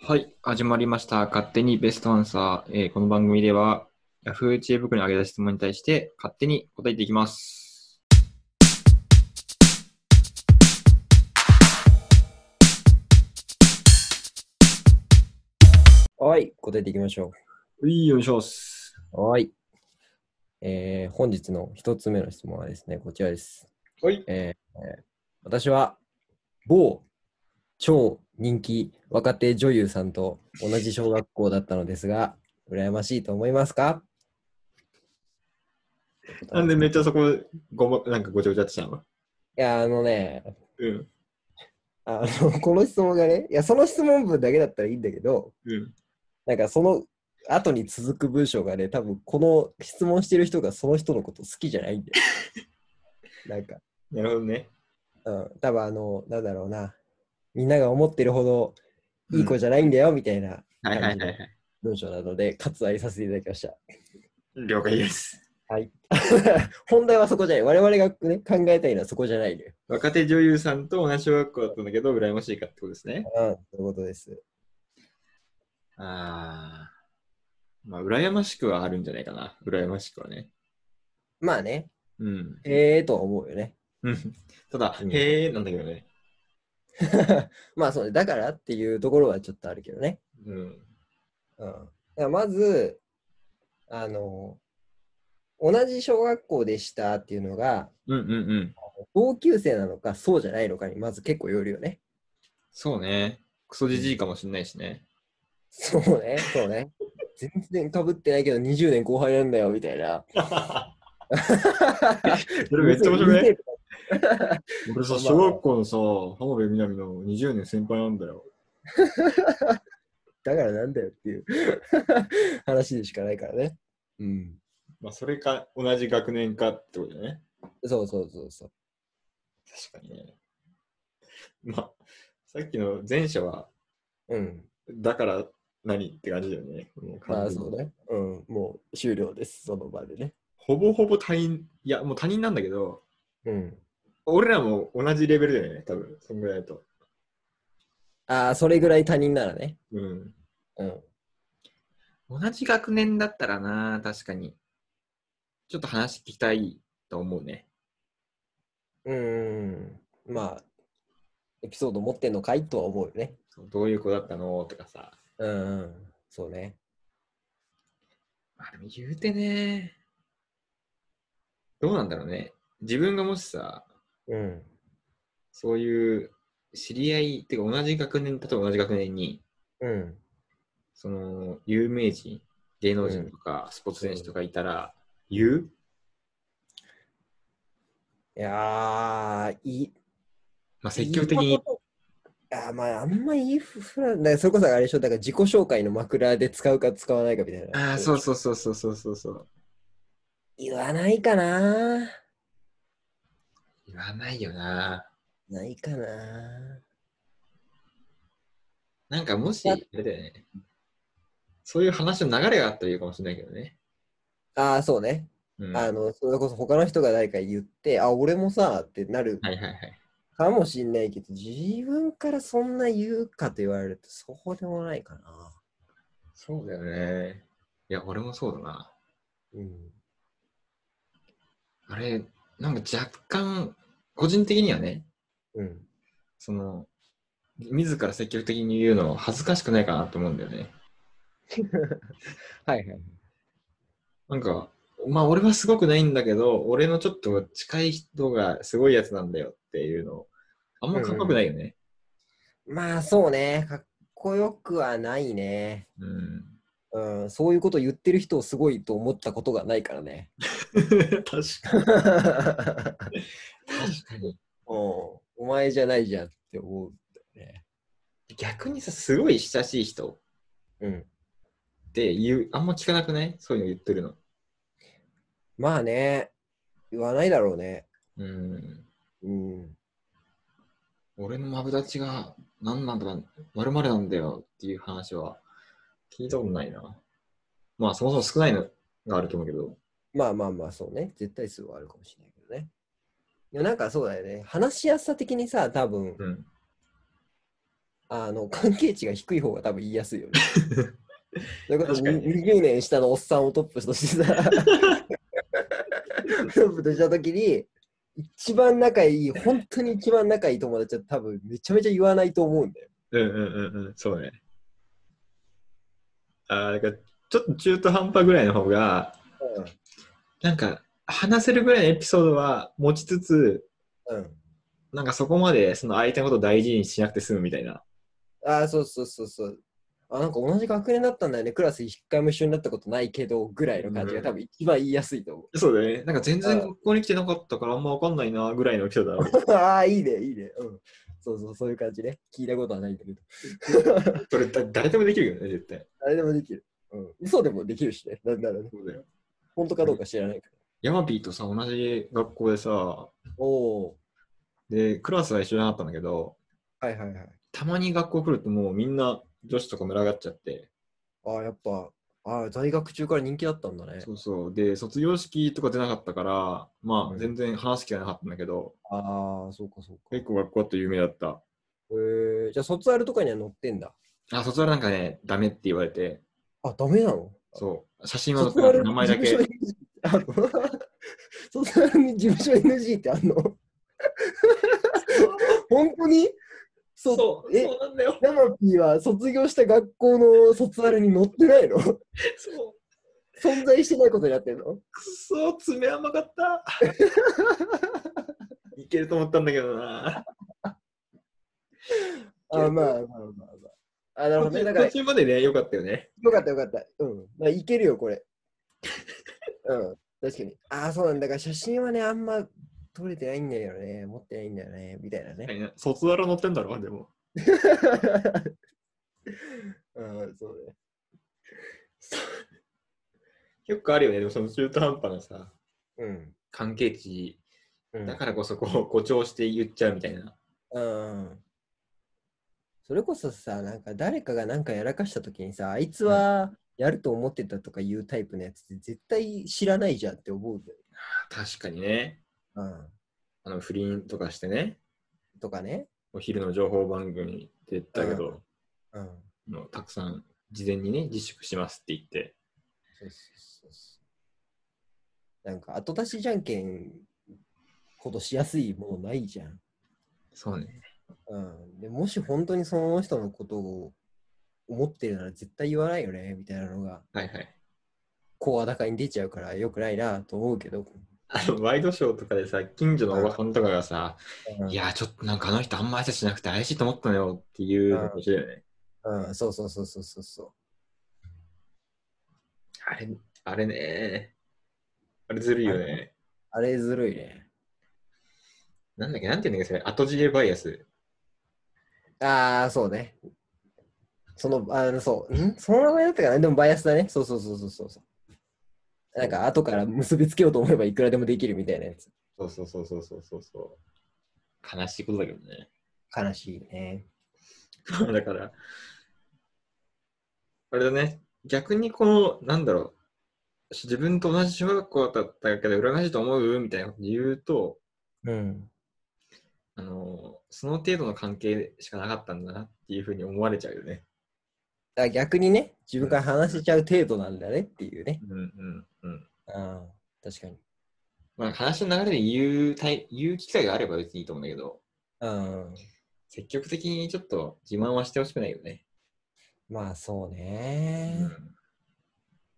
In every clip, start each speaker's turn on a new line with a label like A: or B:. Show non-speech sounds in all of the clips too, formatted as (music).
A: はい、始まりました。勝手にベストアンサー。えーこの番組では、Yahoo! 知恵袋に上げた質問に対して、勝手に答えていきます。
B: はい、答えていきましょ
A: ういよいしょっす。
B: う。はい。えー、本日の一つ目の質問はですね、こちらです。
A: はい。
B: えーえー私は某超人気若手女優さんと同じ小学校だったのですが、羨ましいと思いますか
A: なんでめっちゃそこ、ごま、なんかごちゃごちゃってしたの
B: いや、あのね、
A: うん。
B: あの (laughs) この質問がね、いや、その質問文だけだったらいいんだけど、
A: うん。
B: なんかその後に続く文章がね、多分この質問してる人がその人のこと好きじゃないんだ
A: (laughs)
B: よ。なんか。
A: なるほどね。
B: うん、多分あの、なんだろうな、みんなが思ってるほどいい子じゃないんだよ、みたいな
A: ゃはいはい
B: 感
A: は
B: じの
A: い。
B: 文章なので、割愛させていただきました。 (laughs)
A: 了解です。
B: はい。本題はそこじゃない。我々が、ね、考えたいのはそこじゃないのよ。
A: 若手女優さんと同じ小学校だったんだけど、羨ましいかってことですね。
B: うん、そういうことです。
A: あー。まあ、羨ましくはあるんじゃないかな。羨ましくはね。
B: まあね、
A: うん。
B: ええー、とは思うよね。 (laughs)
A: うん。ただ、
B: うん
A: へえなんだけどね。
B: まあそうね、だからっていうところはちょっとあるけどね。
A: うん。
B: うん、だからまず、あの、同じ小学校でしたっていうのが、
A: うんうんうん。
B: 同級生なのかそうじゃないのかにまず結構よるよね。
A: そうね。クソじじいかもしれないしね。
B: そう
A: (laughs)
B: ね、そうね。全然かぶってないけど、20年後輩なんだよ、みたいな。
A: (laughs) それめっちゃ面白くない
B: い。
A: 俺さ、
B: まあ
A: 小学校のさ、浜辺美波の20年先輩なんだよ。
B: だからなんだよっていう (laughs) 話でしかないからね。うん。
A: まあ、それか、同じ学年かってことだよね。
B: そうそうそうそう。
A: 確かにね。まあ、さっきの前者は、
B: うん。
A: だから何って感じだよね。もう
B: ま
A: 完
B: あ
A: 全
B: そ
A: に
B: うね。うん。もう終了です、その場でね。
A: ほぼほぼ他人、いや、もう他人なんだけど、
B: うん。
A: 俺らも同じレベルだよね、多分。そんぐらいだと。
B: ああ、それぐらい他人ならね。
A: うん。
B: うん。
A: 同じ学年だったらな、確かに。ちょっと話聞きたいと思うね。
B: うーん。まあ、エピソード持ってんのかいとは思うよね。
A: そうどういう子だったのとかさ。
B: うん、うん。そうね。
A: まあでも言うてね。どうなんだろうね。自分がもしさ、
B: うん。
A: そういう知り合い、っていうか同じ学年、例えば同じ学年に、
B: うん。
A: その、有名人、芸能人とか、スポーツ選手とかいたら、言う
B: いやー、いい、
A: まあ積極的に。
B: あーまあ、あんまいいふふらん、だからそれこそあれでしょ、だから自己紹介の枕で使うか使わないかみたいな。
A: ああ、そうそうそうそうそうそうそう。
B: 言わないかな。
A: 言わないよな。
B: ないかな。
A: なんかもし、あれだよね。そういう話の流れがあったら言うかもしれないけどね。
B: ああ、そうね。
A: うん、
B: あの、それこそ他の人が誰か言って、あ、俺もさ、ってなる
A: はいはいはい。
B: かもしんないけど、自分からそんな言うかと言われると、そうでもないかな。
A: そうだよね。いや、俺もそうだな。
B: うん。
A: あれ、なんか若干、個人的にはね、
B: うん。
A: その、自ら積極的に言うのは恥ずかしくないかなと思うんだよね。
B: はいはい。
A: なんか、まあ俺はすごくないんだけど、俺のちょっと近い人がすごいやつなんだよっていうの、あんまかっこよくないよね。
B: まあ、そうね。かっこよくはないね。
A: うん。 (laughs)
B: うん、そういうこと言ってる人をすごいと思ったことがないからね。
A: 確かに。
B: うん
A: 確かに。
B: (laughs) お前じゃないじゃんって思う。
A: 逆にさ、すごい親しい人
B: うん、
A: って言う、あんま聞かなくないそういうの言ってるの。
B: まあね、言わないだろうね。
A: うん。
B: うん、
A: 俺のマブダチが何なんだか、まるなんだよっていう話は聞いたことないな。まあそもそも少ないのがあると思うけど。
B: まあまあまあ、そうね。絶対数はあるかもしれないけどね。でもなんかそうだよね。話しやすさ的にさ、多分、
A: うん。
B: あの関係値が低い方が多分言いやすいよね。だから
A: 確かに
B: 20年下のおっさんをトップとしてさ、トップとしたときに、一番仲いい、本当に一番仲いい友達は多分めちゃめちゃ言わないと思うんだよ。
A: うんうんうんうん、そうね。ああ、だから、ちょっと中途半端ぐらいの方が、なんか、話せるぐらいのエピソードは持ちつつ、
B: うん。うん、
A: なんかそこまでその相手のことを大事にしなくて済むみたいな。
B: ああ、そうそうそうそう。あなんか同じ学年だったんだよね。クラス一回も一緒になったことないけどぐらいの感じが多分一番言いやすいと思
A: そうだね。なんか全然
B: うん
A: ここに来てなかったからあんまわかんないなぐらいの人だろう。
B: う。 (laughs) ああ、いいね、いいね。うん。そうそう、そういう感じね。聞いたことはないけど。
A: それだ誰でもできるよね、絶対。
B: 誰でもできる。うん。嘘でもできるしね。なんならね。
A: そうだよ。
B: 本当かどうか知らないから。
A: ヤマピーとさ、同じ学校でさ、
B: おお。
A: で、クラスは一緒じゃなかったんだけど、
B: はいはいはい。
A: たまに学校来るともうみんな女子とか群がっちゃって、
B: ああ、やっぱ、ああ、在学中から人気だったんだね。
A: そうそう。で、卒業式とか出なかったから、ま
B: う
A: あ
B: ん
A: 全然話す気がなかったんだけど、
B: ああ、そうかそうか。
A: 結構学校って有名だった。
B: えー、じゃあ、卒アルとかには載ってんだ。
A: あ、卒アルなんかね、ダメって言われて、
B: あ、ダメなの
A: そう。写真は載って
B: 卒
A: なか
B: ア
A: った
B: ル
A: 名前だけ。
B: 事 (laughs) 務所 NG あの卒アルに事務所 NG ってあんの (laughs) 本当にそ
A: そう、
B: え
A: そうなんだよ。
B: ヤマピーは卒業した学校の卒アルに載ってないの (laughs)
A: そう。
B: 存在してないことになってんの
A: くそ、爪甘かった。 (laughs) いけると思ったんだけどな。
B: あーまあまあまあまあ。あ、なるほどね。だから
A: 途、中までね、よかったよね。
B: よかったよかった。うん。まあ、いけるよ、
A: (laughs)
B: これ。うん。確かに。ああ、そうなんだ。だから写真はね、あんま撮れてないんだよね。持ってないんだよね。みたいなね。
A: 卒アル乗ってんだろ、でも。
B: (laughs) うん、そうね。
A: よくあるよね、でもその中途半端なさ、
B: うん。
A: 関係値
B: うん、
A: だからこそこう誇張して言っちゃうみたいな。
B: うん。それこそさ、なんか誰かがなんかやらかしたときにさ、あいつはやると思ってたとかいうタイプのやつって絶対知らないじゃんって思うんだよ。
A: 確かにね、あの不倫とかしてね、
B: うん。とかね。
A: お昼の情報番組で言ったけど、
B: うん。
A: もうたくさん事前にね、自粛しますって言って。
B: そうそうそうそう。なんか後出しじゃんけんほどしやすいものないじゃん。
A: そうね。
B: うん、でもし本当にその人のことを思ってるなら絶対言わないよねみたいなのが
A: はいはい。
B: 声高に出ちゃうからよくないなと思うけど。
A: あの、ワイドショーとかでさ、近所のおばさんとかがさ、
B: うん
A: いやー、ちょっとなんかあの人あんま挨拶しなくて怪しいと思ったのよっていうのと一緒だよね。
B: うん、そうそうそうそうそうそ
A: あれ、あれねあれずるいよね。
B: う。あれずるいね。
A: なんだっけ、なんて言うんだっけ、それ。後知れバイアス。
B: ああ、そうね。その、あの、そう。んその名前だったかなでもバイアスだね。そうそうそうそうそうそう。なんか後から結びつけようと思えばいくらでもできるみたいなやつ。
A: そうそうそうそうそうそうそう。悲しいことだけどね。 (laughs)
B: 悲しいね。
A: だから、あれだね、逆にこの、なんだろう、自分と同じ小学校だったけど、羨ましいと思うみたいなこと言うと、
B: うん。
A: あのその程度の関係しかなかったんだなっていうふうに思われちゃうよね。
B: あ逆にね、自分から話せちゃう程度なんだねっていうね。
A: うんうんうん。
B: ああ、確かに。
A: まあ、話の流れで言うタイ言う機会があれば別にいいと思うんだけど、
B: うん。
A: 積極的にちょっと自慢はしてほしくないよね。
B: まあそう
A: う
B: ね。
A: ん。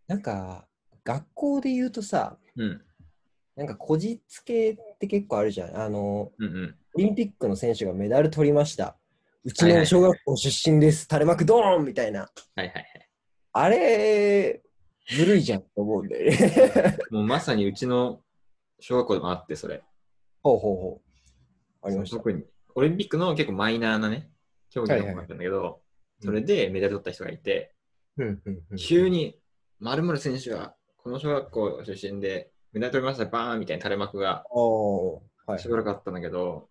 B: なんか、学校で言うとさ、
A: うん
B: なんかこじつけって結構あるじゃん。あの、
A: うんうん。
B: オリンピックの選手がメダル取りました。うち
A: はいは
B: の
A: い
B: 小学校出身です。垂れ幕ドーンみたいな。
A: はいはいはい。
B: あれ、ずるいじゃんと思うんだよね。
A: もうまさにうちの小学校でもあって、それ。
B: (laughs) ほうほうほう。ありました。
A: 特に。オリンピックの結構マイナーなね、競技の方だったんだけど、それでメダル取った人がいて、
B: うんうんうん。
A: 急に、まる選手が、この小学校出身で、メダル取りました、バーンみたいな垂れ幕が
B: おーはい
A: し。ばらくあったんだけど、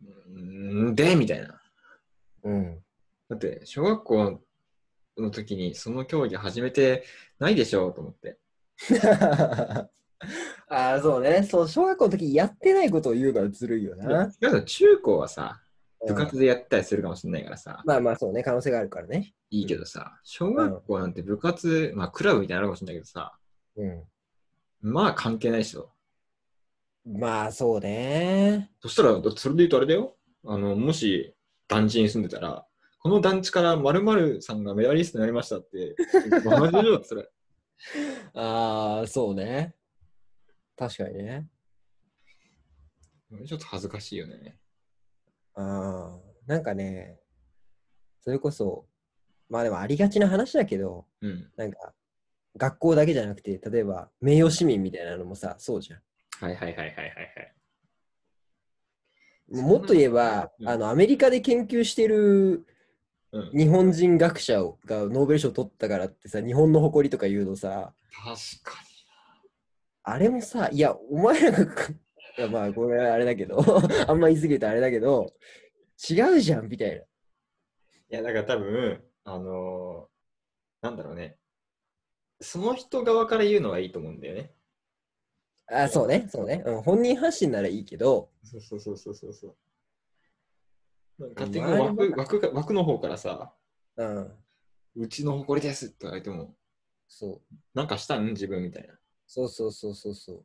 A: うーんで、みたいな。 (laughs)
B: うん。
A: だって、小学校の時にその競技始めてないでしょうと思って。
B: ああ、そうね。そう、小学校の時やってないことを言うのはずるいよ
A: だ
B: な。
A: から中高はさ、部活でやったりするかもしれないからさ、
B: まあまあそうね、可能性があるからね。
A: いいけどさ、小学校なんて部活、まあクラブみたいなのあるかもしれないけどさ、
B: うん。
A: まあ関係ないでしょ。
B: まあそうね。
A: そしたら、だってそれで言うとあれだよ。あの、もし団地に住んでたら、この団地から〇〇さんがメダリストになりましたって、同じでしょ、それ。
B: ああ、そうね。確かにね。
A: ちょっと恥ずかしいよね。
B: ああ、なんかね、それこそ、まあでもありがちな話だけど、
A: うん。
B: なんか、学校だけじゃなくて、例えば、名誉市民みたいなのもさ、そうじゃん。
A: はいはいはいはいはいはい。そんな
B: もっと言えば、
A: うん
B: あの、アメリカで研究してる
A: うん、
B: 日本人学者をがノーベル賞取ったからってさ、日本の誇りとか言うのさ、
A: 確か
B: あれもさ、いや、お前らが、 (laughs) いやまあ、これはあれだけど、 (laughs) あんま言い過ぎるとあれだけど、違うじゃんみたいな。
A: に。いや、だから多分、あのーなんだろうね。その人側から言うのはいいと思うんだよね。
B: あ、そうね、そうね。うん、本人発信ならいいけど、
A: そうそうそうそうそうそう。なんか
B: う
A: 勝
B: ん
A: 手に
B: 周り
A: 枠枠が枠の方からさ、
B: うん、
A: うちの誇りですって言われても、
B: そう。
A: なんかしたん自分みたいな。
B: そうそうそうそうそう。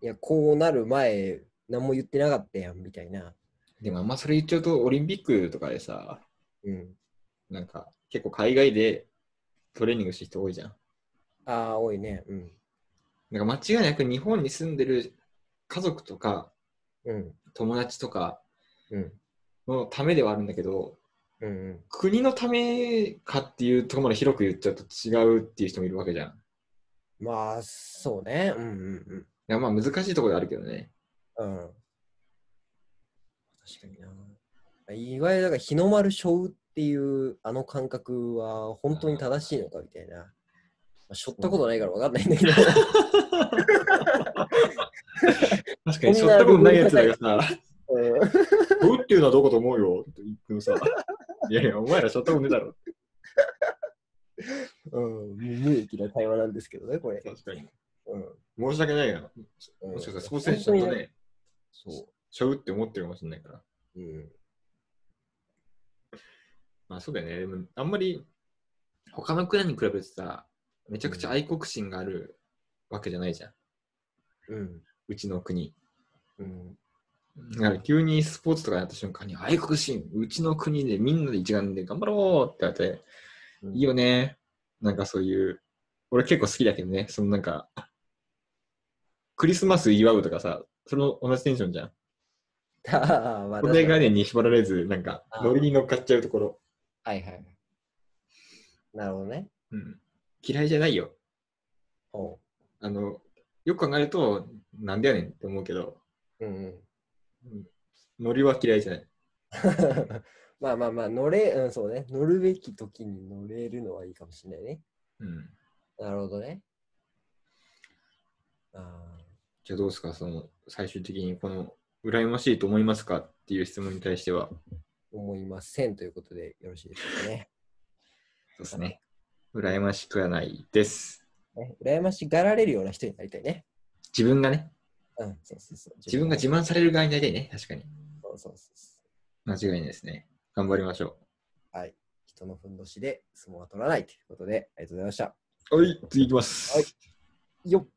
B: いや、こうなる前、何も言ってなかったやん、みたいな。
A: でもあんまそれ言っちゃうと、オリンピックとかでさ、
B: うん。
A: なんか結構海外でトレーニングしてる人多いじゃん。
B: ああ、多いね。うん。
A: なんか間違いなく日本に住んでる家族とか
B: うん。
A: 友達とか
B: うん。
A: のためではあるんだけど、
B: うん、うん。
A: 国のためかっていうところまで広く言っちゃうと違うっていう人もいるわけじゃん。い
B: まあ、そうね。うんうん
A: や、まあ難しいところであるけどね。
B: うん。うん。確かにな。いわゆる、だから日の丸背負うっていう、あの感覚は、本当に正しいのか、みたいな。まあ、背負ったことないから分かんないんだけど。
A: 確か
B: に
A: に、しょったことないやつらがさ、
B: うん
A: どうっていうのはどうかと思うよって言ってもさ、いやいや、お前らしょったことねえだろ。
B: (laughs) うん、もう無益な会話なんですけどね、これ。
A: 確かに。
B: うん。
A: 申し訳ないよ。
B: うん
A: もしかしたらスポーツ選手だと。ね、
B: そ
A: しょうって思ってるかもしれないから。
B: う。うん。
A: まあそうだよね。でも、あんまり他の国に比べてさ、めちゃくちゃ愛国心があるわけじゃないじゃん。
B: うん。
A: うちの国。
B: うん。
A: だから急にスポーツとかやった瞬間に愛国心、うちの国でみんなで一丸で頑張ろうって言われて、いいよね。なんかそういう、俺結構好きだけどね、そのなんか、クリスマス祝うとかさ、その同じテンションじゃん。
B: ああ、まあ、
A: 固定概念に縛られず、なんか
B: あ、ー
A: ノリに乗っかっちゃうところ。
B: はいはい。なるほどね。
A: うん。嫌いじゃないよ。
B: ほ
A: あの、よく考えると、なんでやねんって思うけど、
B: う。うん (laughs) うん。
A: ノリは嫌いじゃない。
B: まあまあまあ、乗れ、うん、そうね。乗るべき時に乗れるのはいいかもしれないね。
A: うん。
B: なるほどね。あ
A: じゃあどうですか、その、最終的にこの、羨ましいと思いますかっていう質問に対しては。
B: ー思いませんということでよろしいでしょうかね。 (laughs)
A: そうですね。羨ましくはないです。
B: ね羨ましがられるような人になりたいね。
A: 自分がね、
B: うん、そうそうそう。
A: 自分が自慢される側になりたいね、確かに。
B: そうそうそうそう。
A: 間違いないですね。頑張りましょ
B: はい。人のふんどしで相撲は取らないということで、ありがとうございました。
A: う。はい、次いきます。
B: はいよっ